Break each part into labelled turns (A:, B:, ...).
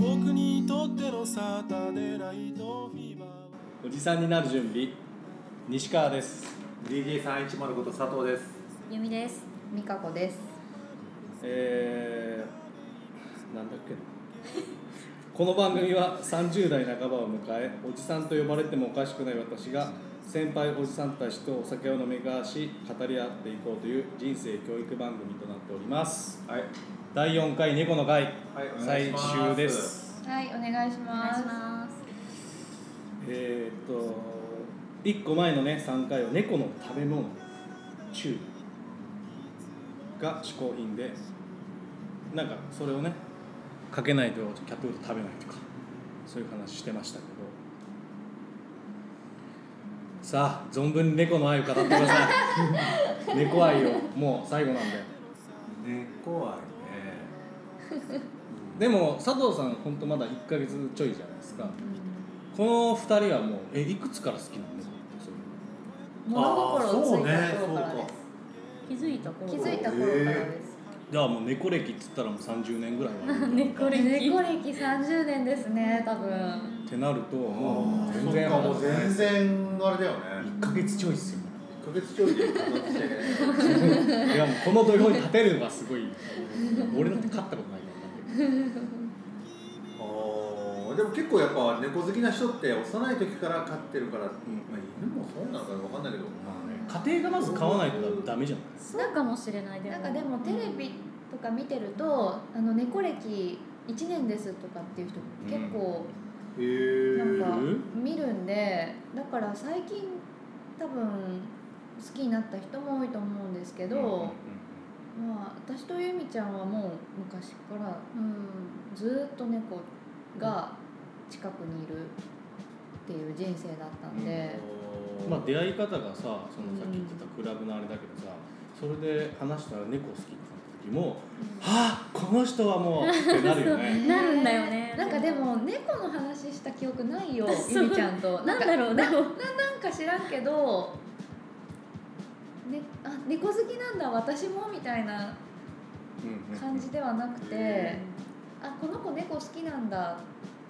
A: 僕にとってのサタデーナイトフィーバーは
B: おじさんになる準備西川です
C: DJ 三一丸こと佐藤です。
D: ゆみです。みかこです。
B: えー、なんだっけなこの番組は30代半ばを迎えおじさんと呼ばれてもおかしくない私が先輩おじさんたちとお酒を飲み交わし語り合っていこうという人生教育番組となっております
C: はい。
B: 第4回猫の会、
C: お願
B: 最
C: いします
B: 終です
D: はい、お願いします。
B: えー、っと1個前のね3回は猫の食べ物チューが嗜好品でなんかそれをねかけないとキャットフード食べないとかそういう話してましたけどさあ存分に猫の愛を語ってください猫愛をもう最後なんで
C: 猫愛ね。
B: でも佐藤さん本当まだ1ヶ月ちょいじゃないですかこの2人はもうえいくつから好きなの猫ってそれ
D: 物心ついた頃か
C: あ
D: ら
C: ーそうね
D: です。
E: 気づいた頃
D: 気
E: から
D: づいた頃からです。
B: じゃあもう猫歴っつったらもう30年ぐらいはある
E: 猫歴
D: 猫歴三十年ですね、多分。
B: ってなるとも
C: も
B: う全
C: う
B: 然
C: 全然
B: わかんな
C: もう
B: い
C: 全然あれだよね。
B: 1ヶ月ちょいっすよ
C: 一ヶ月ちょいで片付けない
B: いやもうこの土俵に立てるのがすごい俺なんて勝ったことないからなんで
C: あーでも結構やっぱ猫好きな人って幼い時から飼ってるから、まあ犬もそうなのかわかんないけど。
B: 家庭がまず買わないとダメじゃない
E: そうかもしれないでも
D: なんかでもテレビとか見てると、あの猫歴一年ですとかっていう人結構
C: へ
D: なん
C: ー
D: か
B: う
D: 見るんで、だから最近多分好きになった人も多いと思うんですけ
B: うんうん
D: ど、まあ私とゆみちゃんはもう昔から
E: うん
D: ずーっと猫が近くにいるっていう人生だったんで、
B: うんまあ出会い方がさそのさっき言ってたクラブのあれだけどさそれで話したら猫好きってなった時も「はあこの人はもう」ってなるよ ね
E: なるんだよね
D: なんかでも猫の話した記憶ない よ
E: そう
D: ゆみちゃん と
E: なん
D: か
E: だろうで
D: な
E: も
D: なんか知らんけど、ね、あ猫好きなんだ私もみたいな
B: うんうん
D: 感じではなくて、あこの子猫好きなんだ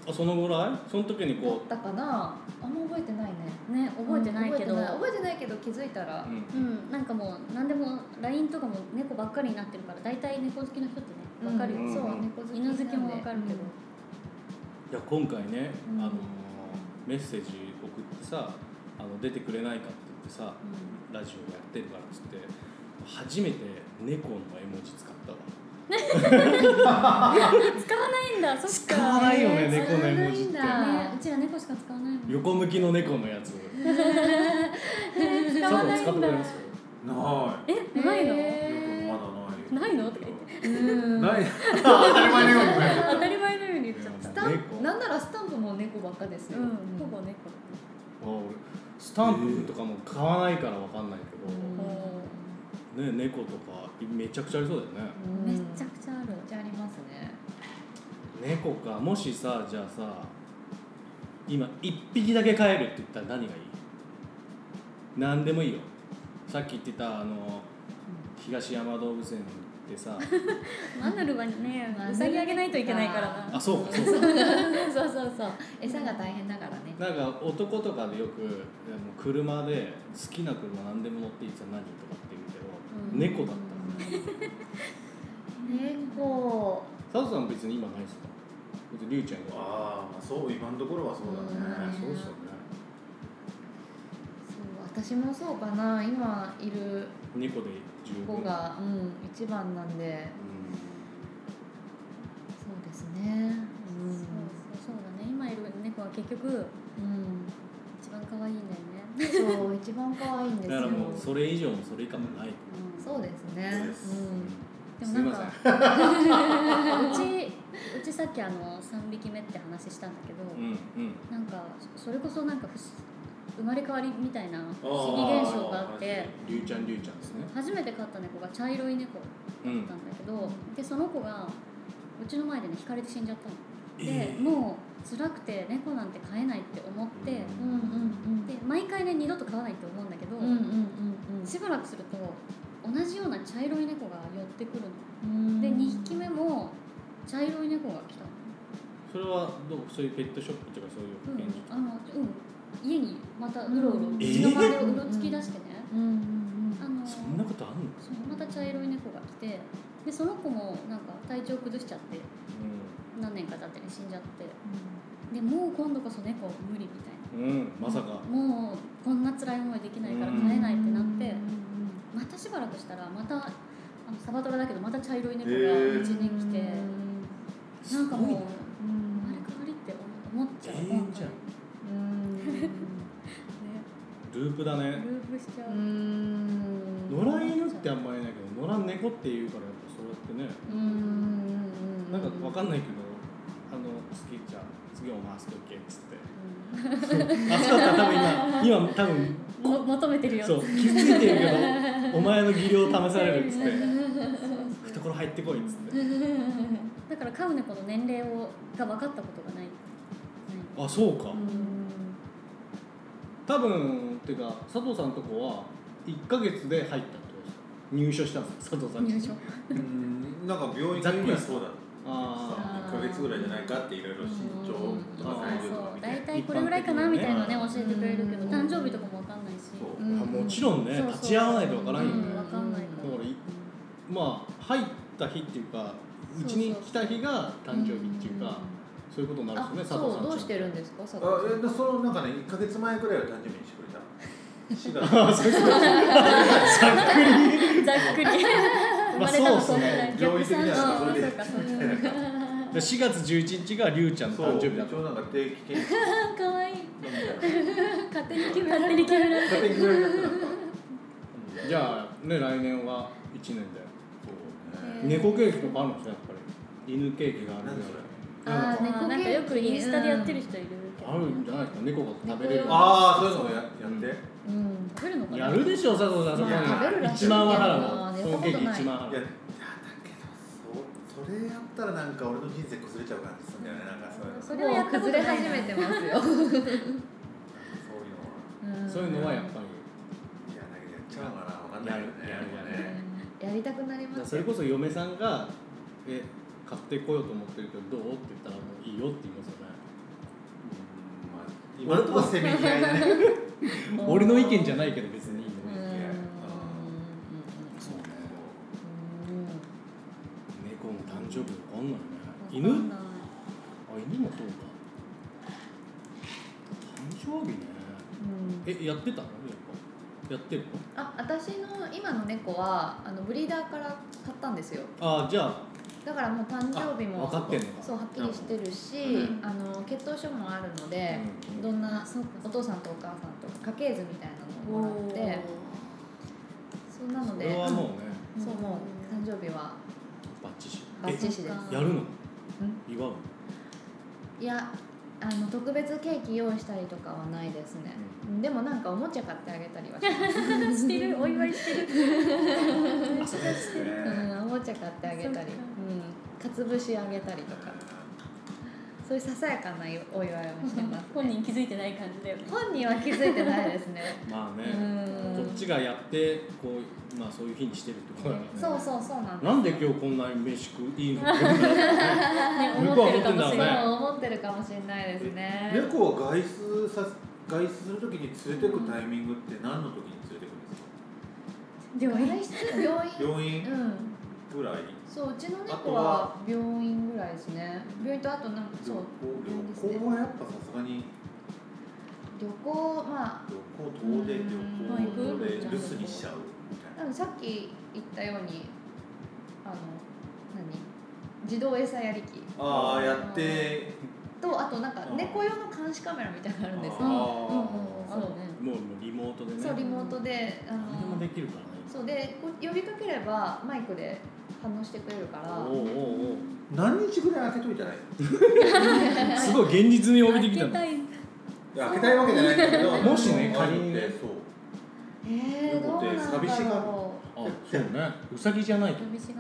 B: あそのぐらいその時に
D: だっ
B: こ
D: たかなあんま覚えてないね
E: ね覚えてないけど
D: うん覚えてない覚えてないけど気づいたら、
B: う、うん
E: うんなんかもう何でも LINE とかも猫ばっかりになってるから大体猫好きの人ってねわかるよ
B: うん
D: そう
B: うん
D: 猫好き
E: 犬好きもわかるけど
B: いや今回ね、
D: うん
B: あのーメッセージ送ってさあの出てくれないかって言ってさラジオやってるからっつって初めて猫の絵文字使ったわ
E: 使わないんだそっ
B: 使
E: か
B: わないよね
D: えー
B: 猫の絵文字って
D: 使わないんだ
E: ねうちら猫しか使わ ないもん
B: 横向きの猫のやつ
E: 使
B: 佐
E: わな
B: 藤
E: い
B: 使ってく
E: んだ
B: れます
C: ない。
E: えないの
D: へ
C: 猫
D: ー
C: まだ
E: ない
C: ない。
E: のとか言ってうん
C: ない。当たり前のようにね。
E: 当たり前のように言っちゃった
D: スタン
B: 猫
D: なんならスタンプも猫ばっかですよ、
E: うん
D: ほ
E: ほ
D: ぼ
E: ぼ猫
B: あ俺スタンプとかも買わないからわかんないけど、ね、猫とかめちゃくちゃありそうだよね
E: め
D: めっ
E: ち
D: ち
E: ゃ
D: ゃ
E: くちゃある
D: くちゃありますね
B: 猫かもしさじゃあさ今一匹だけ飼えるって言ったら何がいい何でもいいよさっき言ってたあの東山動物園ってさ
E: マヌルはね
D: マヌル
E: うさぎあげないといけないから
B: あ
E: な
B: そうかそうか
D: そうそうそう餌が大変だからね
B: なんか男とかでよくあの車で好きな車何でも乗っていいって言ったら何とかって言うけど、猫だった
D: 猫
B: ら佐藤さんは別に今ないですか別にりゅうちゃんが
C: ああ、まあそう今のところはそうだね。
B: そうですよね
D: そう私もそうかな今いる
B: 猫で十
D: 子
B: 分
D: が、うん、一番なんでそうですね
E: そうそうそうだね今いる猫は結局
D: う
E: 一番可愛いんだよね
D: ん、うん、そう一番可愛いん
B: うん、だ
D: です
B: か
D: よ
B: らもうそれ以上もそれ以下もない、
D: そうですね
C: です
E: ですも
B: い
E: なん
B: ま
E: か
B: せん
E: うちうちさっきあの3匹目って話したんだけど、
B: うんうん
E: なんかそれこそなんか不思生まれ変わりみたいな不思議現象があって
B: りゅうちゃんりゅうちゃんですね
E: 初めて飼った猫が茶色い猫
B: う
E: だったんだけど、でその子がうちの前でね引かれて死んじゃったの。で、
B: えー
E: もう辛くて猫なんて飼えないって思って、で
D: うんうんうん
E: 毎回ね二度と飼わないって思うんだけど、
D: うんうん
E: しばらくすると同じような茶色い猫が寄ってくるの、
D: うんうん
E: で2匹目も茶色い猫が来た
B: それはどうそういうペットショップとかそういう
E: う
B: 保
E: ん
B: 健所、
E: あのうん家にまたうろうろ、
D: うん
E: うちの周りをうろつき出してね、
D: うんうん
E: あの
B: そんなことあんの、
E: そうまた茶色い猫が来てでその子もなんか体調崩しちゃって何年か経ってね死んじゃってでもう今度こそ猫無理みたいな
B: うん、うん、まさか、
E: もうこんな辛い思いできないから
B: うん
E: 飼えないってなっ
D: う
E: て
D: ん
E: またしばらくしたらまたあのサバトラだけどまた茶色い猫が
C: へ
E: う
C: ー
E: ちに来て、なんかもう
D: う
E: あ
D: ん
E: れかわりって思っちゃう、
B: 永遠じゃん
D: うん
B: ループだ
E: ね
B: ね
E: ループしちゃう、
D: うん
B: 野良犬ってあんまりいないけど野良猫っていうからやっぱそうやってね
D: うんうん
B: なんかわかんないけどあの次じゃあ次お前助けっつって暑かった多分今今多分
E: も求めてるよ
B: そう気づいてるけどお前の技量試されるっつって懐入ってこいっつって
E: だから飼う猫の年齢をが分かったことがない、ない
B: あそうか
D: うん
B: 多分っていうか佐藤さんのとこは1か月で入ったってことですか入所したんですか佐藤さんに
E: 入所
C: うんなんか病院
B: ざっくり
C: にはそうだっ
B: あ
C: 1か月ぐらいじゃないかっていろいろ身長とか体重とか
E: そう
C: 見て
E: 大体これぐらいかなみたいなね教えてくれるけど
D: うん
E: 誕生日とかも分かんないし
C: そう
B: あ
D: うん
B: もちろんね
E: そうそう
B: 立ち会わないとわからんよね
E: うんわかんないか
B: だからいまあ入った日っていうかうちに来た日が誕生日っていうかそういうことになるん
D: あ
B: で、すよね佐
D: そうどう
B: 藤さん
D: し
B: ち
D: てるんですか、佐藤
C: あ
D: さ
C: えでそのなんかね1か月前ぐらいは誕生日にしてくれた4月
B: ゃん あそういうことざっくり
E: ざっくり生
B: まあ
E: まれ
B: そ
E: た
B: う
E: の
B: っ
E: そ
B: す
E: ん
B: ね
E: ぐらい
C: 病院的にはそれで
E: 逆算うんそうかそう
C: みたい
B: で4月11日がりゅうちゃんの
C: そう
B: 誕生日だった
C: 一応なんか定期券みたい
E: あ可愛い
C: な
E: 勝手に決められる決められる
C: 勝手にぐらいだったなんか
B: じゃあね来年は1年だよ
C: そうね
B: 猫ケーキとかあるんですねやっぱり犬ケーキがある
C: 何そ
B: ぐ
C: れ
B: らいなんか
D: あー猫
E: なんかよくインスタでやってる人いるけど
B: あるんじゃないですか猫が食べれる
C: ああそういうのもややって、
B: うん
D: んうん
E: 食べるのかな
B: やるでしょ佐藤さんそこに
C: まあ食べ
D: るらしい
B: 1万は払う
D: け
B: のその
D: どな
B: ケーキ
D: やったこと
B: 1万
D: ない
C: いや
B: 払
C: だ
B: う
C: けどそそれやったらなんか俺の人生崩れちゃう感じするんだよねなんかそういうの
E: そ
D: そ
E: れ
D: れ
E: はや
D: はや
E: ったことないな
D: 崩れ始めてますよ、
C: そ
B: そういう
C: ういうのは
B: のはやっぱ
C: いやだけどやっちゃうのかなわかんないよね
B: やるやる
C: でもね
D: りやりたくなり
B: り
D: ま
B: そ
D: す
B: れ
D: よ
B: こそ嫁さんが「え買ってこようと思ってるけどどう?」って言ったら「もういいよ」って言いますよね
C: うんまあ今のとこせめぎ合いだね
B: 俺の意見じゃないけど別にいいよ
D: うんうんうん
B: そうね
D: うん
B: 猫の誕生日わかんないね
E: わかん
B: 犬
E: ない
B: あ犬もそうか誕生日ね
D: う
B: え
D: ん
B: やってたのやっぱやってるの
D: あ私の今の猫はあのブリーダーから買ったんですよ
B: ああじゃあ
D: だからもう誕生日も
B: あ分かってんのか
D: そうはっきりしてるし、
E: うん
D: あの血統書もあるので、
B: うん
D: どんな
E: そうか
D: お父さんとお母さんと家系図みたいなのをもらってそうなの
B: そ
D: で
B: れはもうね
D: うんそうもう誕生日は
B: バッチシ
D: バッチシです
E: え
B: やるの祝うの
D: いやあの特別ケーキ用意したりとかはないですね、でもなんかおもちゃ買ってあげたりはします
E: してるお祝いしてる
B: あそうですね
D: うんおもちゃ買ってあげたり
E: そっか
D: うん、かつぶしあげたりとかそういうささやかなお祝いをしてます、ね、
E: 本人気づいてない感じ だよね
D: 本人は気づいてないですね
B: まあ
D: う
B: ねこ
D: ん
B: っちがやってこうまあそういう日にしてるってことだよね
D: そうそうそうなんです
B: なんで今日こんなに飯食ういい のね
E: ね
B: 向こう
E: 思
B: は思ってんだ
E: ってるかも
B: ろ
E: し
B: うね
E: れない
D: そう思ってるかもしれないですね
C: 猫を外出さ外出するときに連れてくタイミングって何のときに連れてくんですか
E: でもいい
D: 外出病院
C: 病院
D: うん
C: ぐらい
D: そううちの
C: あ
D: 猫
C: と
D: は
C: は
D: 病院ぐらいですね病院とあとなんか
C: 旅
D: そう
C: 行
D: なんですね
C: 旅行はやっぱさすがに
D: 旅行ま
C: 旅行遠出
D: うん
E: まあ行く
C: 旅行遠出留守にしちゃうみたい
D: あ
C: な
D: 多分さっき言ったようにあの何自動餌やり機
C: ああやって
D: とあとなんか
C: あー
D: 猫用の監視カメラみたいなのあるんです
C: あー
D: よ
E: そ
D: そうう
E: ね
B: もうもうリモートでね
D: そうリモートであ
B: 何でも
D: の
B: できるからね
D: そうでこう呼びかければマイクで反応してくれるから
B: おうおう
C: 何日ぐらい開けといたらいい
B: おうすごい現実味を帯びてきた
E: 開けたい
C: いや開けたいわけじゃないんだけど
B: もしね
C: 仮に
B: 仮
C: そう
B: に
D: えー、どうなんだ
C: 猫って寂しがる
D: ろう
B: あそうねうさぎじゃないと
E: 寂しがる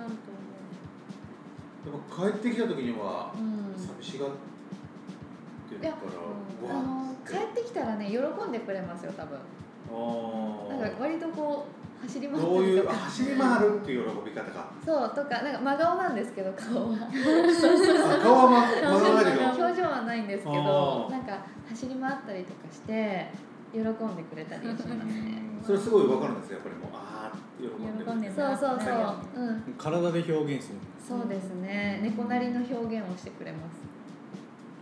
C: やっぱ帰ってきた時には
D: うん
C: 寂しがっってるから
D: あ
C: わ
D: の帰ってきたらね喜んでくれますよ多分なんか
C: あ
D: 割とこう走り
C: ー
D: 回
C: どう
D: った
C: い
D: り
C: う
D: と
C: あ
D: か
C: 走り回るっていう喜び方か
D: そうとかなんか真顔なんですけど顔は
C: あ顔はままだだけど
D: 表情はないんですけ
C: あ
D: ど
C: ー
D: なんか走り回ったりとかして喜んでくれたり しますね
C: それすごいわかるんですよやっぱりもうああ喜
E: 喜
C: ん
E: ん
C: で
E: で
C: る
E: る
D: そうそうそう、うん、
B: 体で表現する
D: そうですね猫なりの表現をしてくれます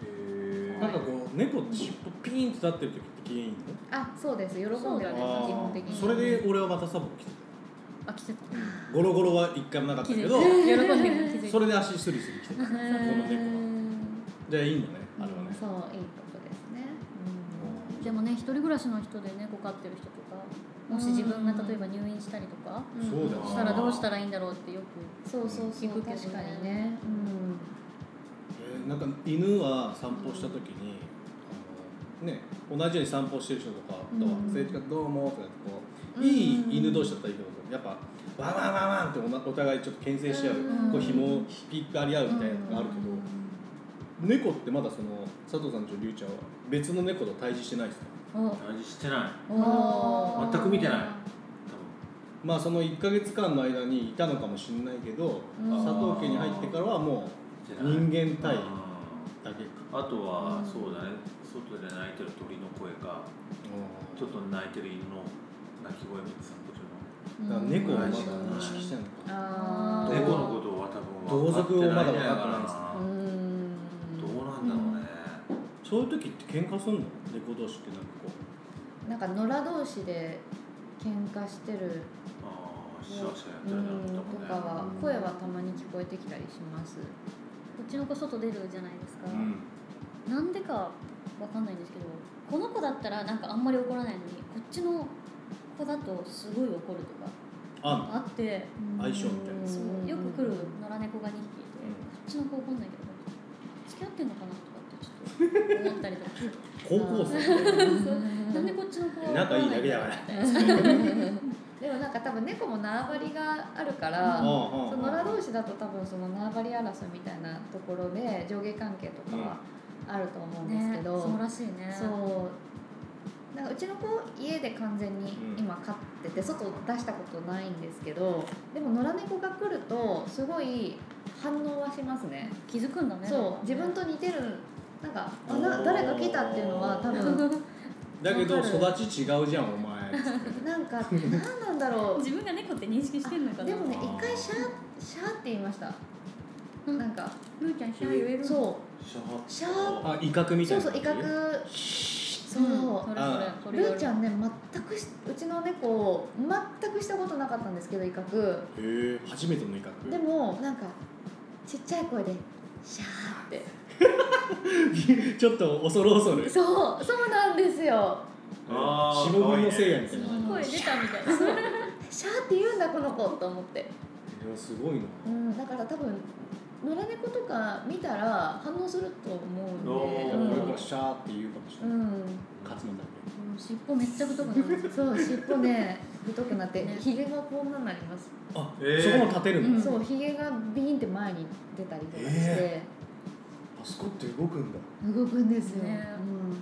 C: へー
B: なんかこう猫尻尾ピーンって立ってる時って機嫌いいの
D: あそうです喜んでます
E: そうだね
D: 基本的に
B: それで俺はまたサボ来て
E: あ来てた
B: た、ゴロゴロは一回もなかった
E: 気
B: け
E: づい
B: ど
E: た喜んでる気づいた
B: それで足スリスリ来てた
E: こ
B: この猫はじゃあいいんだねあれはね
D: そういいことですね、
E: でもね一人暮らしの人で猫飼ってる人とかもし自分が例えば入院したりとか
D: うん
B: そうだよ
E: したらどうしたらいいんだろうってよく
D: そうそうそう
E: 聞くけどね
D: 確かにね、
B: え
D: うん、
B: ーなんか犬は散歩した時に、あのね、同じように散歩してる人とかとは
D: う
B: 「
D: ん
B: 政治家どうも」とかやってこう、
D: うん
B: いい犬同士だったらいいけどやっぱ「ワンワンワンワン」っておなお互いちょっと牽制し合う、
D: うん
B: こう紐を引っ張り合うみたいなのがあるけど、猫ってまだその佐藤さんとりゅうちゃんは別の猫と対峙してないですか
E: お
C: 味してない
E: お
C: 全く見てない
B: まあその1か月間の間にいたのかもしれないけど、
D: うん
B: 佐藤家に入ってからはもう人間対
C: あ
B: だけか、
C: と
D: う
C: は
D: ん
C: そうだね外で鳴いてる鳥の声かちょっと鳴いてる犬の鳴き声も散歩中の
B: だから猫をまだ
C: は
B: 認
C: 知らない
B: 識してないのか
D: あー
E: うん
C: 猫のことは多分分かってないんじゃないか
D: う
C: な
D: ーん
C: どうなんだろうね、
B: そういう時って喧嘩すんの猫同士ってなんかこ
D: なんか野良同士で喧嘩してる、
C: ああシャーシャーやって
D: う
C: るんだろ
D: ん、と
C: うね
D: かは声はたまに聞こえてきたりします
E: うちの子外出るじゃないですか
B: う、
E: なんでかわかんないんですけどこの子だったらなんかあんまり怒らないのにこっちの子だとすごい怒るとか
B: あんの
E: あって
B: 相性みたいな
E: そうよく来る野良猫が2匹いて、
B: うん
E: こっちの子怒んないけど付き合ってんのかなとかってちょっと思ったりとかして
B: 高校生
E: なんでこっちの子は怒ら
B: 仲いいだけだからら
D: でもなんか多分猫も縄張りがあるか
B: あ
D: ら、
B: あ
D: その野良同士だと多分その縄張り争いみたいなところで上下関係とかはあると思うんです
E: ね
D: けど、
E: そうらしいね
D: そうなんかうちの子家で完全に
B: うん
D: 今飼ってて外出したことないんですけどでも野良猫が来るとすごい反応はしますね
E: 気づくんだね
D: そう自分と似てるなんかあな
B: おー
D: 誰か来たっていうのは多分
B: だけど
D: わかる
B: 育ち違うじゃんお前
D: なんか何なんだろ
E: 自分が猫って認識してんのか
D: う
E: な
D: でもね
B: あー
D: 一回シャーシャーって言いました
E: うん
D: なんか
E: ルーちゃんシャー言えるう
D: そう
C: シャー
D: シャー
B: あ威嚇みた
D: そ
B: いうな
D: そう威嚇そ
E: ん
D: う
E: それそれ
B: あ
E: それ
D: ルーちゃんね全くしうちの猫を全くしたことなかったんですけど威嚇
B: へえ初めての威嚇
D: でもなんかちっちゃい声でシャーって
B: ちょっと恐る恐る
D: そうそうなんですよ
C: あー
B: 下振りのせいやみたいな
D: 可愛いね
E: 声出たみたいなそう
D: シャーって言うんだこの子と思って、
B: いやすごいな
D: うん、だから多分野良猫とか見たら反応すると思うん
C: お
D: で
C: ー
B: 俺か
D: うん
B: らシャーって言うかもしれ
D: う
B: ない
D: ん、
B: 勝つのだ
E: うん尻尾めっちゃ太くなる
D: そう尻尾ね太くなって
E: ね
D: ひげがこんなになります、
B: けあ
C: えー
B: そこも立てる
E: うん
B: の
D: そうひげがビーンって前に出たりとかして、
B: えあそこって動くんだ
D: 動くんですよ、
E: ね
D: うん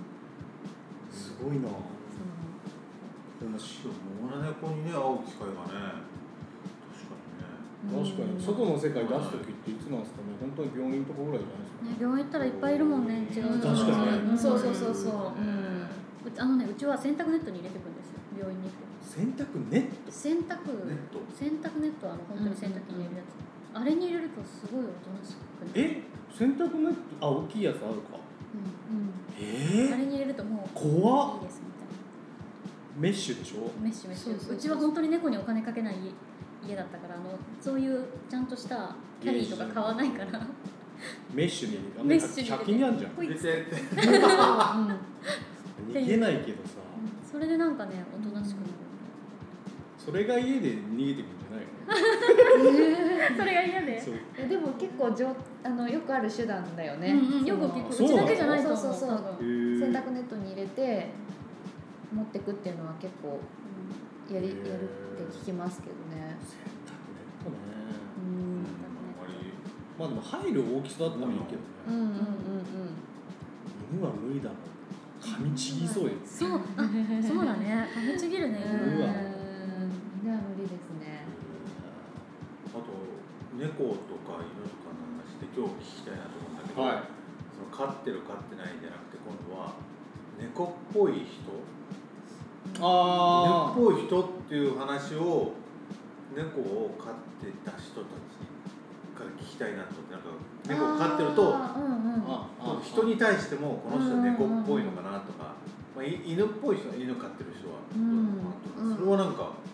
B: すごいな
D: そ
B: でも
C: しかも野良猫にね会う機会がね
D: う
B: 確か
D: うん
B: に外の世界出す時っていつなんですかね本当に病院とかぐらいじゃないですか
E: ね、病院行ったらいっぱいいるもんね違う
C: 確
B: かにね
E: うん
D: そうそうそうそううん
E: うちあのねうちは洗濯ネットに入れてくんですよ病院に行く
B: 洗濯ネット
E: 洗濯洗濯ネッ
C: ネット
E: トはあの本当に洗濯機に入れるやつ、あれに入れるとすごいおとなしくなる、
B: え洗濯ネットあ大きいやつあるか
E: う
D: うん
E: ん、あ
B: え
E: れに入れるともう
B: 怖っ
E: いいですみたいな
B: メッシュでしょ
E: メッシュメッシ
D: そうそうそ
E: ュ
D: う
E: うちは本当に猫にお金かけない家だったからあのそういうちゃんとしたキャリーとか買わないから
B: メッシュにあ
E: メッシュに
B: 100均にあるじゃん
E: ほい
C: 出てって
E: て
B: 逃げないけどさ
E: それでなんかねおとなしくなる、
B: それが家で逃げてくんじゃないの
E: それが嫌で
B: そう
D: いやでも結構じょあのよくある手段だよね、
E: うんうん、
D: そ
E: よ
D: の
E: く聞く
B: そうう
E: ち
B: なの
E: だけじゃないと思う
D: そうそうそう
E: 多
B: へ
E: 分ん
B: ー
D: 洗濯ネットに入れて持ってくっていうのは結構やり
B: へ
D: やる
B: ー
D: って聞きますけどね
B: 洗濯ネットね
D: うん
C: あんまり
B: まあでも入る大きさだったらいいけど
D: うんう
B: ね
D: んうんうん
B: 犬犬は無理だろ噛みちぎそうよ
E: そうあそうだね噛みちぎるね
B: うわ
D: 犬は無理ですね
C: あと猫とか犬とかの話で今日聞きたいなと思うんだけど、その飼ってる飼ってないじゃなくて今度は猫っぽい人
B: あ
C: 猫っぽい人っていう話を猫を飼ってた人たちから聞きたいなと思ってなんか猫を飼ってると
D: あーうんうん
B: ああ
C: 人に対してもこの人は猫っぽいのかなとか、まあ、い犬っぽい人は犬飼ってる人はどうなのかなとか、
D: うん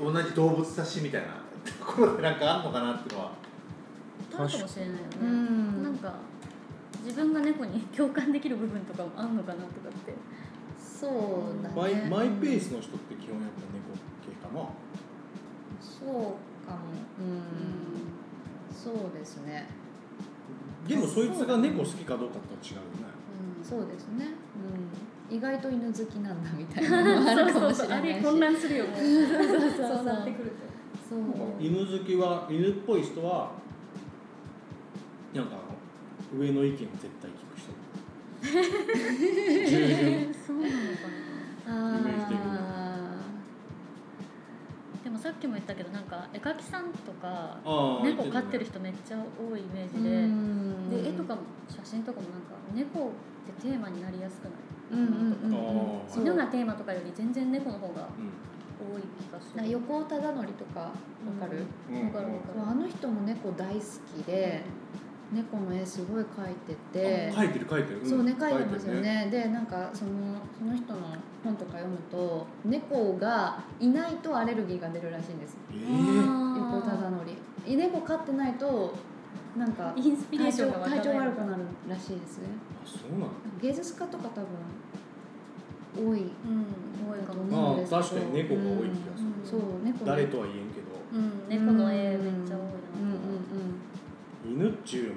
C: それはなんか同じ動物だしみたいなところでなんかあんのかなっていうのは
E: あるかもしれないよね、
D: うん
E: なんか自分が猫に共感できる部分とかもあんのかなとかって
D: そうだね
B: マイマイペースの人って基本やっぱ猫系かな
D: そうかもうんそうですね
B: でもそいつが猫好きかどうかとは違うよね
E: うん
D: そうですねうん意外と犬好きなんだみたいなのもあるかもしれな
E: あれ
D: いし
E: 混乱するよもう
D: そ
E: そ
D: う
E: うなってくる
D: そう
B: 犬好きは犬っぽい人はなんか上の意見を絶対聞く人従 順
E: とそうなのか
D: あ
B: イメージ的に
D: あ
E: なでもさっきも言ったけどなんか絵描きさんとか
B: ああ
E: 猫飼ってる人めっちゃ多いイメージで、
D: ん
E: で絵とかも写真とかもなんか猫ってテーマになりやすくない
D: うんうんうんうん
B: あー
D: そう
E: 犬がテーマとかより全然猫の方が
B: う
E: 多い気がす
D: な
E: る
D: 横尾忠則とかわかる、
B: んうん
E: わかるわか
D: そうあの人も猫大好きで、猫の絵すごい描いてて
B: あ、書いてる書いてるん
D: そうね描いてますよ
B: 書いてる
D: ねでなんかそのその人の本とか読むと猫がいないとアレルギーが出るらしいんです
B: え
D: 横尾忠
E: あ
D: 則猫飼ってないとなんか
E: ーインスピレー
D: 体
E: シ
D: 調
E: ョンが湧かな
D: 体
E: い
D: 調悪くなるらしいですね
B: えあそうなの
D: 芸術家とか多分多い
E: うん多いかもね
D: そ
B: まあ
D: うで
B: 確
D: す
B: かに猫が多い気がする、
E: ん
D: そう猫
B: 誰とは言えんけど
E: うん猫の絵めっちゃ多いな
D: うんうん
B: 犬っちゅうよ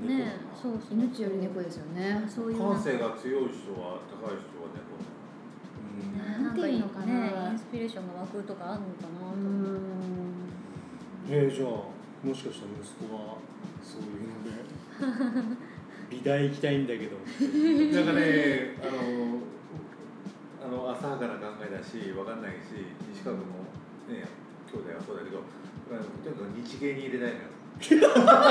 B: り犬
E: ね
B: 猫だ
E: えそう
D: うん
E: そう
D: 命より猫ですよね
E: そういうなんか
C: 感性が強い人は高い人は猫なの
B: うん
E: なんかいいのかな
D: なんていうのかな
E: ねインスピレーションが湧くとかあるのかなと
D: う
E: 思って
D: ん
B: えー、じゃあもしかしたら息子はそういうので美大行きたいんだけど
C: なんかね、あの、あの浅はかな考えだし、わかんないし、西川君も、ね、兄弟はそうだけど。あのとにかく日芸に入れないのよ。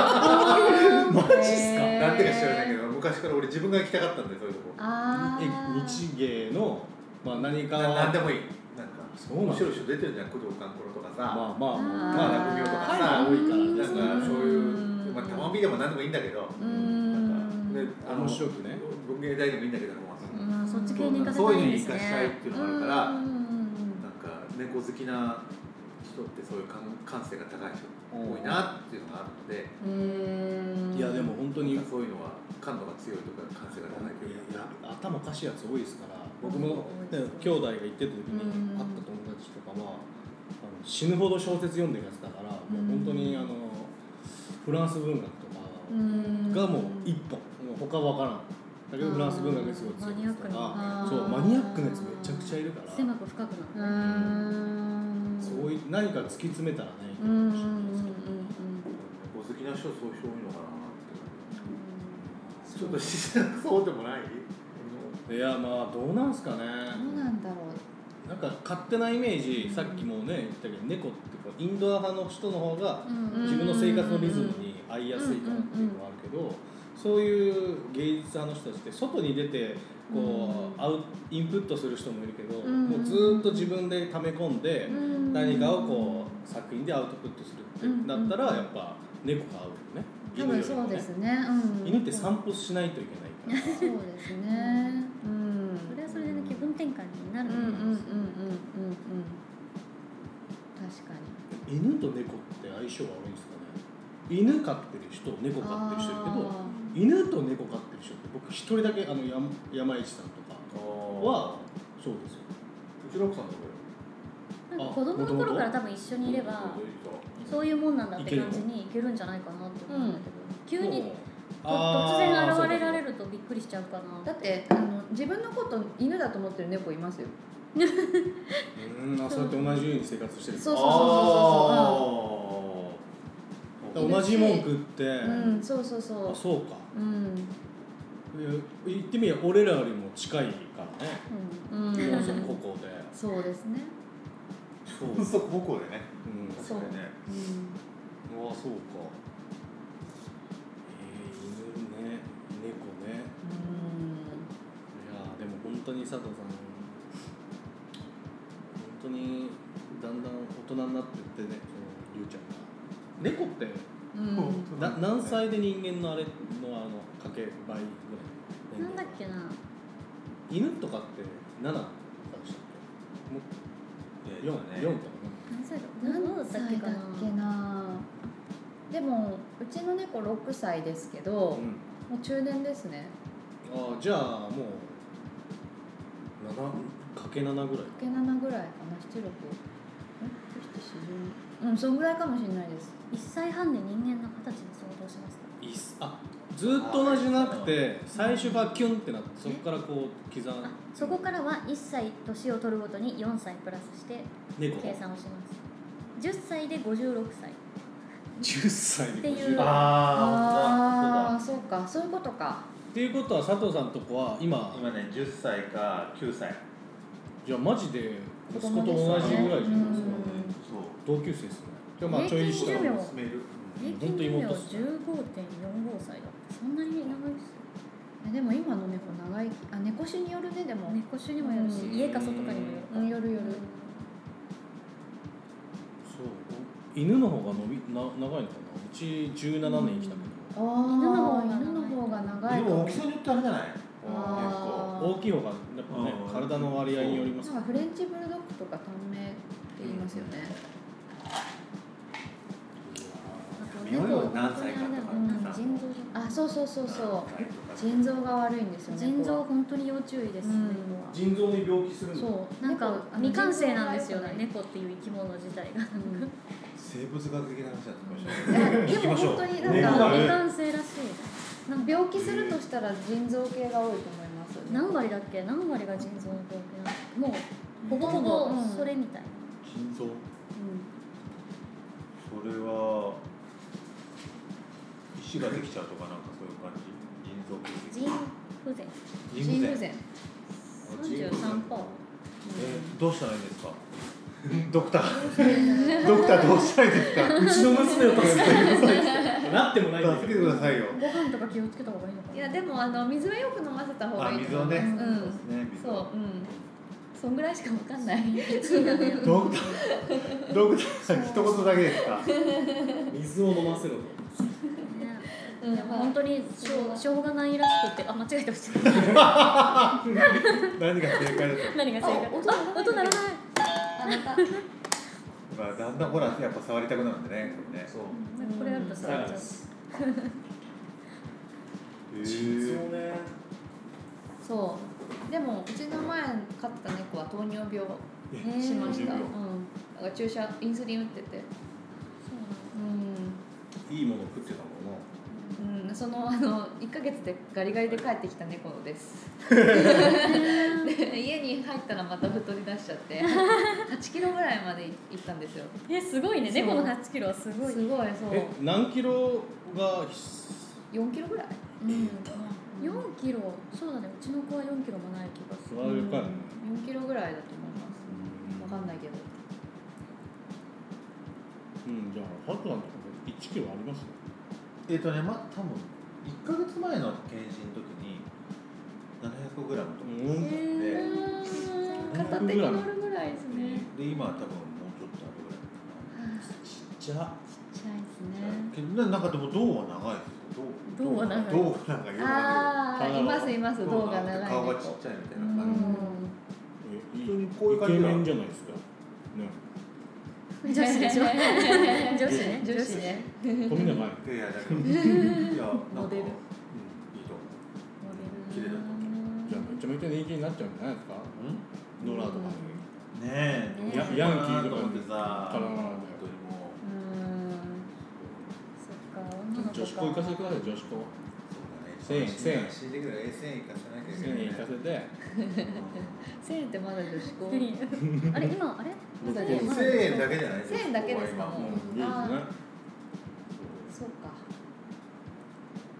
B: マジっすか
C: なんてか知らないけど、昔から俺自分が行きたかったんで、そういうとこ。
D: あ
B: え
D: あ
B: 日芸の、まあ、何か
C: ななんでもいい。なんか、
B: そうなの
C: 面白い人出てるじゃん、工藤官九郎とかさ。
B: まあまあまあ
C: まあ、
B: まあ
C: 落語とか
B: あ
C: さ、
B: ーうん
C: なんか、そういうう、
D: ん
C: まあ、玉美でも何でもいいんだけど。
D: う
C: なん
D: ん
C: か、ね、あの
B: 面、白くね
C: 文芸大でもいいんだけど、もう
D: うん
E: そっち系に行かせ
C: そう
E: た
C: いう
E: いん
C: の
E: で
C: に生
E: す
C: か
E: ね
C: したいっていうのがあるから。
D: うん
C: なんか猫好きな人ってそういう感感性が高い人多いなっていうのがあるので、
D: うんうん
B: いやでも本当にい
C: な
B: や
C: んかそういうのは感度が強いとか感性が高いというか。
B: 頭おかしいやつ多いですから僕
E: うん
B: も、ね
E: 多いですね
B: 兄弟が行ってた時に
D: うん
B: 会った友達とかはあの死ぬほど小説読んでるやつだからもう本当にあのフランス文学とか
D: うん
B: がもう一本もう他わからんだけどフランス文学にすごい強いやつとかそうマニアックなやつめちゃくちゃいるから
E: 狭く深く
D: う
E: なる
D: ん
B: そういう何か突き詰めたらねいいか
D: うんう
B: も
D: んうん
B: しれないですけど
C: 猫好きな人はそういう人多いのかなって。ち
D: そう
C: ょっと自然そうでもない。
B: いやまあどうなんすかね
D: うんどうなんだろ
B: なんか勝手なイメージさっきもね言ったけど猫ってこうインドア派の人の方が
E: うん
B: 自分の生活のリズムに合いやすいかなっていうのはあるけどそういう芸術派の人たちって外に出てこうアウインプットする人もいるけど
D: うん
B: もうずっと自分で溜め込んで
D: ううん
B: 何かをこう作品でアウトプットするってなったらやっぱ猫が合うよね犬
D: 多
B: よ
D: 分
B: り
D: そ
B: も
D: うで
B: ね
D: すねうん
B: 犬って散歩しないといけないから
D: そうですねうん
E: それはそれでね気分転換にな
D: う
E: る
D: んう
E: の
D: んうんうん
E: か
D: うんうん
E: もし
D: 確かに
B: 犬と猫って相性が悪いんですかね犬飼ってる人猫飼ってる人いるけど
D: あ
B: 犬と猫飼ってる人って僕一人だけあの山山市さんとかはそうですよ
C: うちの奥さんとかよ。
E: れないなんか子供の頃から多分一緒にいればそういうもんなんだって感じにいけるんじゃないかなって思うんだけど急に
B: もう
E: と突
B: あ
E: 然
B: ー
E: 現れられるとびっくりしちゃうか
D: ー
E: な
D: だってあの自分のこと犬だと思ってる猫いますよ
B: そうかそうかうんあそうやって同じように生活してる
D: そうそうそ
B: だ
D: う
B: から同じもん食って、
D: うんそうそうそ
B: あ
D: う
B: そうか
D: うん
B: 言ってみれば俺らよりも近いからね
D: うん、
B: もうそここで
D: そうですね、
B: そう、
C: そこ母校でね
B: うん、
D: そう
C: 確かにね
D: うん、
B: うわそうかえー、犬ね猫ね
D: う
B: いやーでも本当に佐藤さん本当にだんだん大人になってってねそのりゅうちゃんが猫って
D: んうん
B: な何歳で人間のあれのあのかけ倍ぐ
E: な
B: らい
E: んだっけな
B: 犬とかって7だしたっけも
C: えー
B: 四
C: とね
B: 四とか
E: 何歳だ何
D: 何
E: だったっけ
D: 歳だ
E: か
D: っ
E: な
D: けなでもうちの猫6歳ですけど、
B: ね、
D: もう中年ですね
B: うん、ああじゃあもう7かけ7ぐらい
D: かけ7ぐらいかな76うんそんぐらいかもしれないです
E: 1歳半で人間の形に想像しました
B: いいっすあずっと同じじゃなくて最初がキュンってなってそこからこう刻ん
E: あそこからは1歳年を取るごとに4歳プラスして
B: 猫
E: 計算をします10歳で56歳
B: 10歳に
E: っていう
B: 50っ
D: ああーそうかそういうことか
B: ていうことは佐藤さんとこは今
C: 今ね10歳か9歳
B: じゃあマジで息子と同じぐらいじゃないですか
D: うん
C: そう
B: 同級生ですねじゃあまあちょい下
E: 平均寿命
C: 娘いる
E: 平
B: ほんと
E: 均寿命
B: 妹
E: 15.45
B: っすね
E: 歳だってそんなに長いっすよ
D: えでも今の猫長生きあ猫種によるねでも、
E: 猫種にもよるし
B: うん
E: 家か外かにもよ
D: うん
E: る
D: よるよる
B: そう犬の方が伸びな長いのかなうち17年生きたけ
D: あ
B: ど、
D: ー
E: 犬の方が長い
D: 犬の方が長い
C: で
D: か
C: も大
D: も
C: きさによってあれじゃない
D: あー
B: 大きい方がやっぱね
C: うん
B: 体の割合によります
D: なんかフレンチブルドッグとか短命って言いますよね、
E: あ
C: 日
E: と
C: 本
E: 猫
C: は何歳かとか
E: 本当にあれだよね
C: さ
E: 腎臓じゃん
D: あそうそうそうそう腎臓が悪いんですよね
E: 腎臓本当に要注意ですね、
D: うん
E: 猫は
B: 腎臓に病気する
D: そう
E: なんか
D: 猫あの
E: 未完成なんですよね
D: 腎
E: 猫っていう生き物自体が
D: 臓が良くない
C: 生物学的な話だ ったかもし
D: うん
C: れな
D: い
C: い
D: やで
C: 猫
D: も本当になんか
C: がね
E: 未完成らし
D: なんか病気するとしたら腎臓系が多いと思います
E: い何割だっけ何割が腎臓の病気なのもうほぼほぼ
D: うん
E: それみたいな、
C: 腎臓
E: う
C: それは石ができちゃうとかなんかそういう感じ腎臓
E: ん、腎不全
D: 腎不全
E: 33%パー
C: えどうしたらいいんですかドクタードクターどうしたらいいんですか
B: うちの娘を助けてくださいなってもないんだ
C: 助
B: け
C: けてく
B: ど
C: ださいよ
E: ご飯とか気をつけた方がいいのかない
D: やでもあの水はよく飲ませた方が
C: あ
D: いい
C: 水
D: と
C: を
D: 思い
C: ね
D: ますう
C: そうですね
D: ん
C: 水
D: そう
C: を
D: うんそんぐらいしかわかんない
E: 1位がね
C: ドクタードクター一言だけですか
B: 水を飲ませろと
E: うん、でも本当にしょうしょうがないらしくてあ間違えてほしい
C: 何が正解だった
E: 何が正解
D: あ音鳴
E: あ音鳴らない
D: らないあまた
C: まあ、だんだんほら、やっぱ触りたくなるんでね、これね。
B: そう
D: うん
E: これあるとさ
B: だから
E: ちょっ
B: 腎臓ね
D: そうでもうちの前飼った猫は糖尿病
E: と
D: しま
C: し
D: したた、
C: えー
D: うん、だから注射インスリン打っててうん
B: いいもの食ってたもんな
D: うん、そのあの1ヶ月でガリガリで帰ってきた猫ですで家に入ったらまた太り出しちゃって8キロぐらいまで行ったんですよ
E: えすごいね
D: そう
E: 猫の8キロはすごい
D: すごいそう
B: え何キロが必
D: 4キロぐらい
E: うん、4キロそうだねうちの子は4キロもない気がす
B: 須
E: る
B: がるかい
D: 4キロぐらいだと思いますわかんないけど
B: うんじゃあハトさんとか1キロあります
C: えっ、とね、まあ、多分一ヶ月前の検診の時に。700グラムとか。
E: へ
B: ん
E: ー
B: 片手に乗る
E: ぐらいです
C: で、今は多分もうちょっとあるぐらいか
B: ちっちゃ
D: ちっちゃい
C: な。けど、ななんかでも、銅は長いですよ。銅
E: 銅は長い
C: 銅はなんかよくわ
D: ああいますいます
C: かる
D: 胴が長い
C: 顔
D: 猫
C: がちっちゃいみたいうな感
D: ん
B: え
C: 普通にこういう感じ
B: イ
C: だ
B: ケメンじゃないですかね
E: 女子で しょ女子ね
D: 女子ね
B: 富 永愛
C: じ。いや、だけど。いや、な
D: モ
C: んか。うん
D: デ
C: いい
D: ル
C: と思綺麗だと
B: じゃあめちゃめちゃ人気になっちゃうんじゃないですか
C: う。うん。
B: ノラとか
C: ねえ。
E: ねえ
B: やヤンキー
C: と
B: とか
C: 思っ
B: に
C: てさ。
B: 絡まない
C: 本当にもう。
D: うん
E: そっか女の
B: 女
E: 子か
B: 子校行かせてください女子校
C: そう
B: 千
C: だ
B: 円千
C: ね。
B: 円
C: 死んでくる、え、千円行かさなきゃいけ
B: 1000
C: ないね。
B: 円行かせて
D: 1000円ってまだ女子校
E: あれ今あれ
B: 僕
E: まだ
C: 千
E: ねまだ
C: 円だけじゃない
D: 1000円だけですか
C: ここは
B: う
C: 今
B: ん
D: も
B: いういですね
D: そうか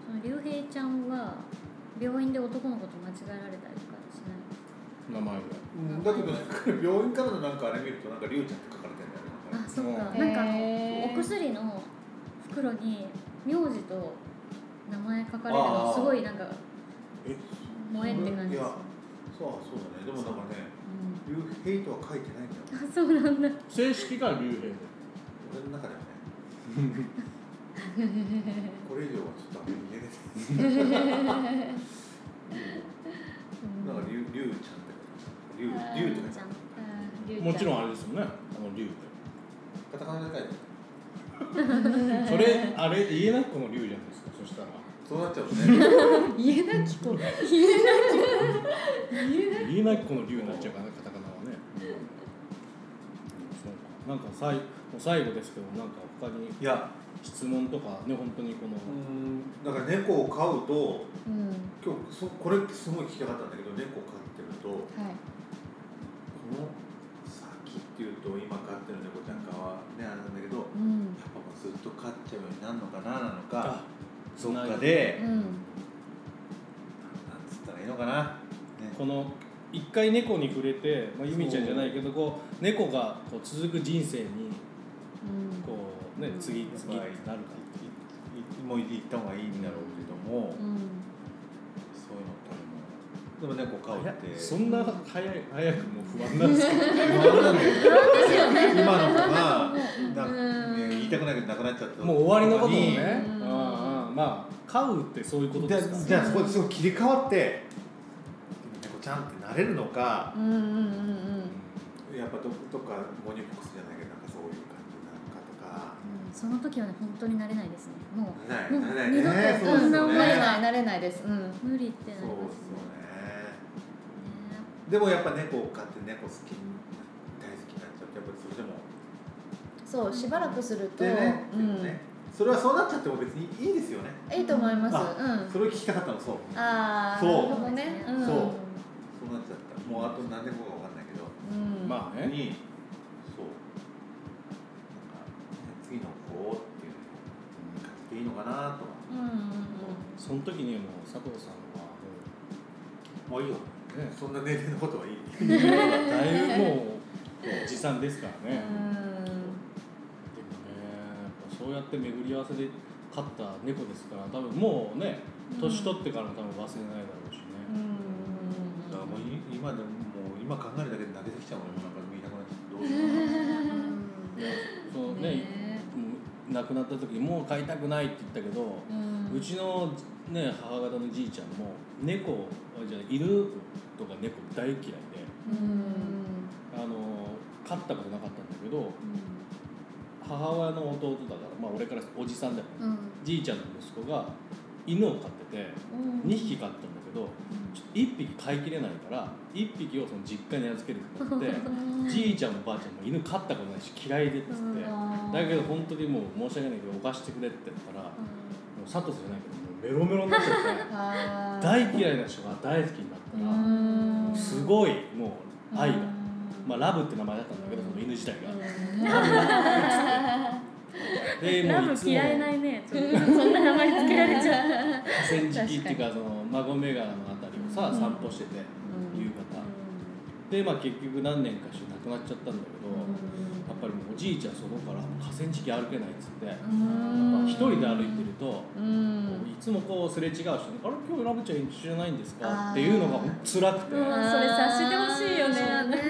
E: その竜兵ちゃんは病院で男の子と間違えられたりとかしない
B: 名前が
C: うん、だけどなんか病院からのなんかあれ見るとなんかリュウちゃんって書かれてるんだよねなんかね
F: へ
B: うん
E: あそっか、なんか
F: ー
E: お薬の袋に名字と名前書かれるの
C: あー
E: すごいなんか
C: え
E: 萌えって感じ
C: い
E: です
C: や
E: よ
C: そうそうだねでもなんかね
E: うん
C: リュウヘイとは書いてないんだよ
E: あそうなんだ
B: 正式が竜兵で
C: 俺の中 ではねこれ以上はちょっとあんまり言えないなんかリュウリュウちゃんって書いてあるリ
E: あー
C: ュウリュウって書いてある
B: もち
F: ん
B: ろんあれですよねあの竜
C: カタカナで書 いてあ
B: でそれ
C: る
B: あれ家なき子の竜じゃないですかそしたら
C: そうなっちゃうとね
F: 家なき子
B: 家なき子の竜になっちゃうからねカタカナはね、うんそうかなんかさいもう最後ですけどなんか他に
C: いや
B: 質問とかね本当にこの、
C: うんだから猫を飼うと
F: うん
C: 今日そこれすごい聞きたかったんだけど猫を飼ってるとこ
F: はい
C: の先っていうと今飼ってる猫ちゃんかはねあれなんだけどやっ
F: うん
C: ぱもうずっと飼っちゃうようになるのかななのか
B: あ
C: どっかで
F: うん
C: なんつったらいいのかな、ね、
B: この一回猫に触れて、まあ、ゆみちゃんじゃないけどこう猫がこう続く人生に
F: うん
B: こうね
F: うん
B: 次々ってなるか
C: いもう行った方がいいんだろうけども、
F: うん
C: そういうのってあるのでも猫飼う
B: ら
C: っ、て
B: そんな早い早くもう不安なんですけど
C: 今の子がな、
F: うん
C: ね、言いたくないけどなくなっちゃっ た
B: もう終わりのことを
C: に
B: ね
F: うん
B: ああまあ飼うってそういうこと
C: じゃ
B: で
C: あ
B: すから
C: じゃあそこですごい切り替わって猫ちゃんってなれるのか
F: うんうんうん
C: やっぱどどっかモニフォックスじゃないけどなんかそういう感じなのかとか
E: うんその時はね本当になれないですねも
C: な
E: もう
C: れない
E: 二
C: な
E: 度
C: れ
E: と
C: ないね
E: そんな
C: そう
E: 思
C: で
E: い
F: 慣れ
C: すよね
F: ない慣れないですうん
E: う無理ってなり
C: そう
E: ま
C: ですす
E: ねね
C: よねでもやっぱ猫を飼って猫好きに大好きになっちゃうとやっぱりそれでも
F: そうしばらくすると、
C: でね,、
F: う
C: ね
F: ん、
C: それはそうなっちゃっても別にいいですよね
F: いいと思います
C: あ
F: うん
C: それを聞きたかったのそう
F: ああ
C: そう
F: なるほどねうん
C: そうそうなっちゃったもうあと何年後かわかんないけど
F: うん
B: まあね
C: にそうなんかね次の子をっていう感じでいいのかなとか
F: うんうん
B: その時にもう佐藤さんはも
C: もういいよ
B: うね
C: そんな年齢のことはいい
B: だいぶもうこうおじさんですから
F: うん
B: ね、でもねやっぱそうやって巡り合わせで飼った猫ですから多分もうね年取ってからも多分忘れないだろうし
F: うんう
B: ね、
F: ん
C: だからもうい今でももう今考えるだけで泣けてきちゃう俺もなんか見なくなっちゃってどうしよう
B: いやそのね
F: ね
B: うん亡くなった時もう飼いたくないって言ったけど、
F: う
B: うんちの、ね、母方のじいちゃんも猫あじゃあ犬とか猫大嫌いで
F: うん
B: あの飼ったことなかったんだけど母親の弟だから、まあ、俺からおじさんだから、
E: うん
B: じいちゃんの息子が犬を飼ってて
F: うん
B: 2匹飼ったんだけどちょっと1匹飼いきれないから1匹をその実家に預けるってなって
F: うん
B: じいちゃんもばあちゃんも犬飼ったことないし嫌いでっつって、だけど本当にもう申し訳ないけどお貸してくれって言ったら、もう佐藤さんじゃないけどもうメロメロになっちゃって。
F: あー
B: 大嫌いな人が大好きにな
F: う
B: ったら、
F: ん
B: すごいもう愛が、
F: うん
B: まあ、ラブって名前だったんだけどその犬自体が、で
E: ラ
B: もうい
E: ブ
B: つも
E: 嫌いないねちょっとそんな名前つけられちゃう
B: 河川敷っていうかその孫眼鏡のあたりをさ散歩してて、夕方でまあ結局何年かして亡くなっちゃったんだけど、やっぱりもうおじいちゃんそこからもう河川敷歩けないっつって、やっぱ
F: うん
B: 一人で歩いてると、こ
F: う
B: うんいつもこうすれ違う人に「あれ今日ラブちゃん一緒じゃないんです
F: あー
B: か?」っていうのが辛くて、
E: うん
B: だか
E: それ察してほしいよね
F: あーね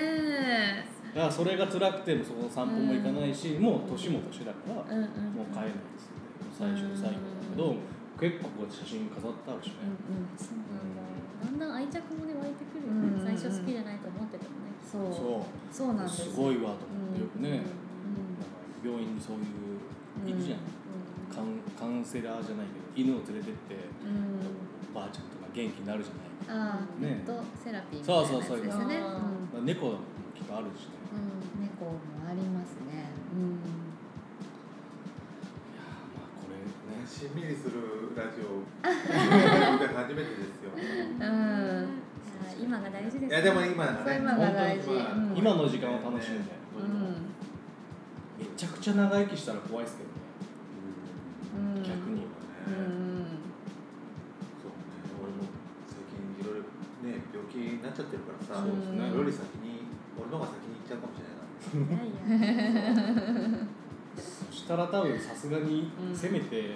B: らそれが辛くてもそこの散歩も行かないし、もう年も年だから、
F: うんうん
B: もう帰るんですって最初の最後だけど、結構こう写真飾ってあるし
F: う
B: ね、
F: んうん
E: そうなんだだんだん愛着もね湧いてくるよ
F: う
E: ね
F: ん
E: 最初好きじゃないと思っててもね
F: そう
B: そ
F: そう
B: う
F: なんです
B: す
F: よ
B: ごいわと思っ
F: うん
B: てよくね、なんか
F: う
B: 病院にそういう行くじゃん、カウンカウンセラーじゃないけど犬を連れてって、
F: んうん
B: ばあちゃんとか元気になるじゃない
F: ああネッ
B: ね
F: トセラピーみたい
B: そう
F: な
B: そう
F: やつ
B: そ
F: です
B: う
F: ね
E: あー
F: うん
B: まあ猫もきっとあるしね
F: うん猫もありますねうん
B: いやーまあこれね
C: しんみりするラ ジオ初めてですよ
F: うん
E: いや今が大事ですね
C: いやでも今が
F: そう
C: ね
F: 今が大事
C: 本当に
F: うん
B: 今の時間を楽しんで、
F: うん
B: めちゃくちゃ長生きしたら怖いですけどね、
F: うん
B: 逆に
C: そうね
F: うん
C: 俺もね病気になっちゃってるからさ
B: そうですね
C: 俺より先に俺の方が先に行っちゃうかもしれない
G: いやいや
B: そしたら多分さすがに
D: うん
B: せめてね、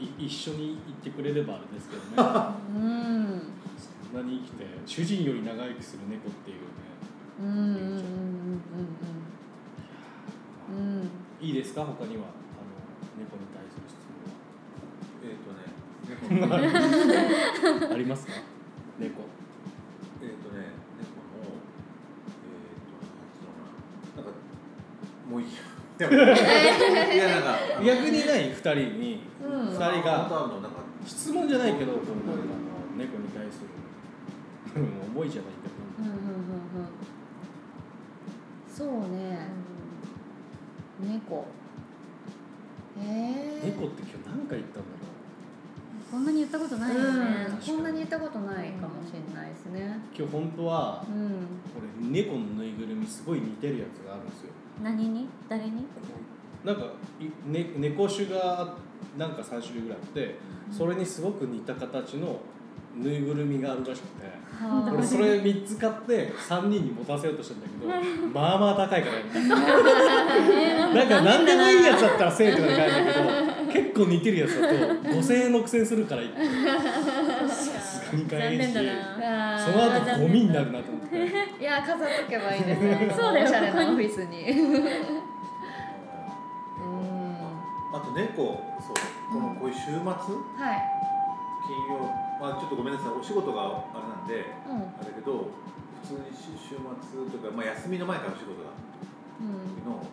B: い一緒に行ってくれればあれですけどねそんな
F: うん
B: に生きて主人より長生きする猫っていうね
F: うんうんうんうんうんうん
B: いいですか他にはあの猫に対する質
C: えっ、とね猫のえっ、
B: 問はありますか猫
C: とね猫のえっ、となんつうのかななんかもういいやいやなんか あの
B: 逆にない2人に、
F: うん
B: 二
C: あ
B: 人が
C: またあるのなんか
B: 質問じゃないけど、
C: うん
B: こうなんかあの猫に対す る思いじゃないけ
F: うん
B: ど
F: うんうんうんそうね、猫えー、
B: 猫って今日何回言ったんだろ
E: こんなに言ったことないですね
F: うん、こんなに言ったことないかもしれないですね
B: う今日本当は
F: うん
B: 俺猫のぬいぐるみすごい似てるやつがあるんですよ
E: 何に誰に
B: なんかい、ね、猫種がなんか3種類ぐらいあってそれにすごく似た形のぬいぐるみがあるらしくて
E: あ
B: 俺それ3つ買って3人に持たせようとしたんだけどまあまあ高いからやめたな んか何でもいいやつだったら1000円とかで買えるんだけど結構似てるやつだと5000円6000円するからさすがに買え
E: 残
B: へんし
E: 念
B: そ
E: だ
B: の
E: な
B: 後ゴミになるなと思って
D: いや飾っとけばいいですよ
E: そうだよ
D: おしゃれなオフィスに
C: あと猫そうこのこういう週末、
D: はい
C: 金曜まあちょっとごめんなさいお仕事があれなんで
D: うん
C: あれだけど普通に週週末というか、まあ、休みの前からお仕事が
D: うん
C: の行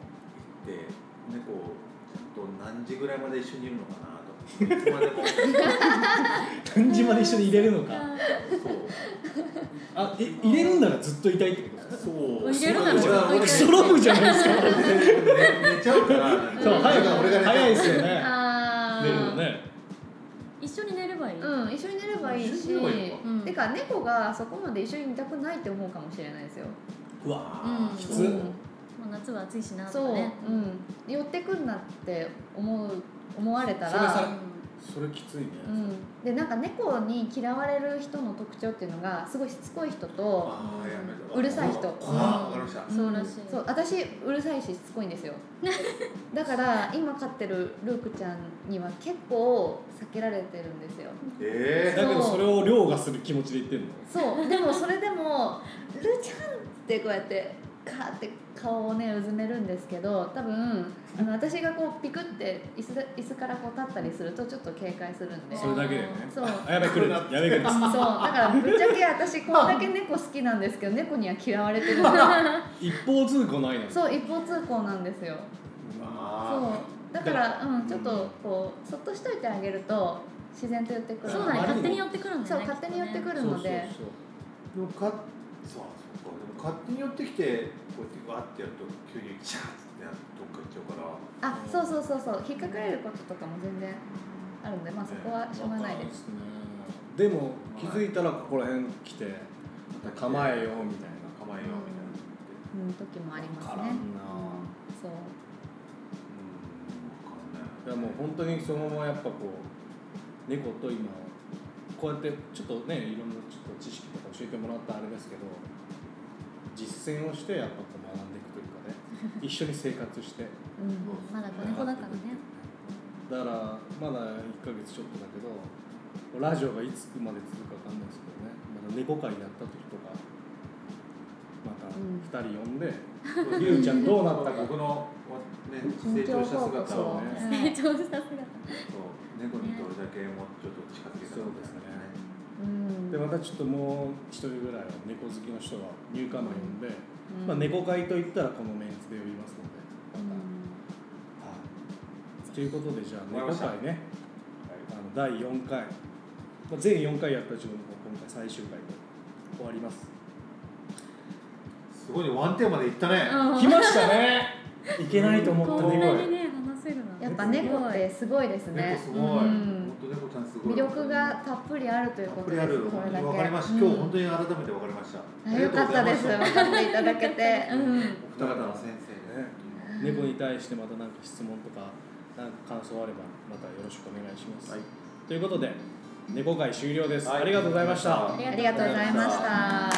C: って猫をちゃんと何時ぐらいまで一緒にいるのかなとかいつまでも
B: 感じまで一緒に入れるのか
C: そ
B: あえ入れるんならずっといたいってことですか
C: うそう
E: 入れるなら
C: 俺
E: ずっとい
C: は俺は
E: た
B: ク
E: い
B: ソロブじゃないですか
C: ね寝ちゃうから
B: そう早く
C: 俺が寝ちゃう
B: 早いですよね
D: あ
B: 寝るの
D: ー
B: ね
E: 一緒に寝ればいい、
D: うん一緒に寝ればいい
C: 一
D: し
C: 緒に寝ればいいのか
E: うん
D: てか猫がそこまで一緒にいたくないって思うかもしれないですよ
B: うわ
E: うん
B: き
C: そ
B: つ
C: う
B: っ
E: もう夏は暑いしなと
D: そう、
E: かね
D: うん、寄ってくんなって思う思われたら
B: それさ
E: う
B: それきついね
D: うん、でなんか猫に嫌われる人の特徴っていうのがすごいしつこい人と
C: あーやめた
D: うるさい人
C: あわかりました
E: んそうらしい
D: そう私うるさいししつこいん ですよだから今飼ってるルークちゃんには結構避けられてるんですよ
B: だ
C: え
B: けどそれを凌駕する気持ちで言ってんの
D: そうでもそれでも「ルーちゃん」ってこうやってカーって顔をねうずめるんですけど多分あの私がこうピクって椅子だ椅子からこう立ったりするとちょっと警戒するんで
B: それだけだよね
D: そう
B: あやばい来るやべえ来 る
D: そうだからぶっちゃけ私こんだけ猫好きなんですけど猫には嫌われてる んだ
B: 一方通行ないのに
D: そう一方通行なんですよ
C: ー
D: そう
C: あ
D: だからうんちょっとこうそっとしといてあげると自然と寄ってくる
E: そうだね
B: あまりにも
E: 勝手に寄ってくるんだ
D: そ
E: よ
D: う
E: ね
D: 勝手に寄ってく
E: る
D: るので
B: そう
C: ーでもかそうそうかでも勝手に寄ってきてこうやってわってやると急にチャーってなってどっか行っちゃうから
D: あそうそうそうそう引っかかれることとかも全然あるんでまあそこはしょうがないです
B: すねでも気づいたらここら辺来て構えようみたいな
C: 構えようみたいな
D: うん時もあります
B: 絡
D: ね
B: んな
D: そう
C: うんわかんない
B: いやもう本当にそのままやっぱこう猫と今こうやってちょっとねいろんなちょっと知識とか教えてもらったあれですけど実践をしてやっぱこう学んでいくというかね 一緒に生活して
D: うん
E: まだ子猫だからね
B: だからまだ1ヶ月ちょっとだけどラジオがいつまで続くか分かんないですけどねまだ猫会やった時とかまた2人呼んで、ゆうちゃんどうなったか
C: 僕の、ね、成長した姿をね
D: うん
E: 成長した姿
C: そう猫にどれだけもうちょっと近づけたかみたいな
D: うん
B: でまたちょっともう1人ぐらいは猫好きの人が入荷も呼んで、
D: うん
B: まあ、猫会といったらこのメンツで呼びますのでまた、はいということでじゃあ
C: わか
B: 猫
C: りました
B: 会ねあの第4回、まあ、全4回やった自分も今回最終回で終わります
C: すごいねワンテーマでいったね、
B: 来ました ねいけないと思った
E: こん
B: 猫
E: なにね話せるの
D: やっぱ猫ってすごいです
C: 猫
D: ね
C: すごい、
D: う
C: 本
D: ん
C: 当猫ちゃんすごい
D: 魅力がたっぷりあるという
C: たっ
D: こと
C: ぷり
D: で
C: あ
D: す
C: る
D: これだけ
C: わかりました、
D: うん
C: 今日本当に改めてわかりました
D: あよかったです分
C: お
D: かっていただけて、う
C: 二
D: ん
C: 方の先生ね
B: 猫に対してまた何か質問とか何か感想あればまたよろしくお願いします、
C: はい
B: ということで
H: 猫会終了です、
I: はい
H: ありがとうございました
B: あり
C: ありがとうございました。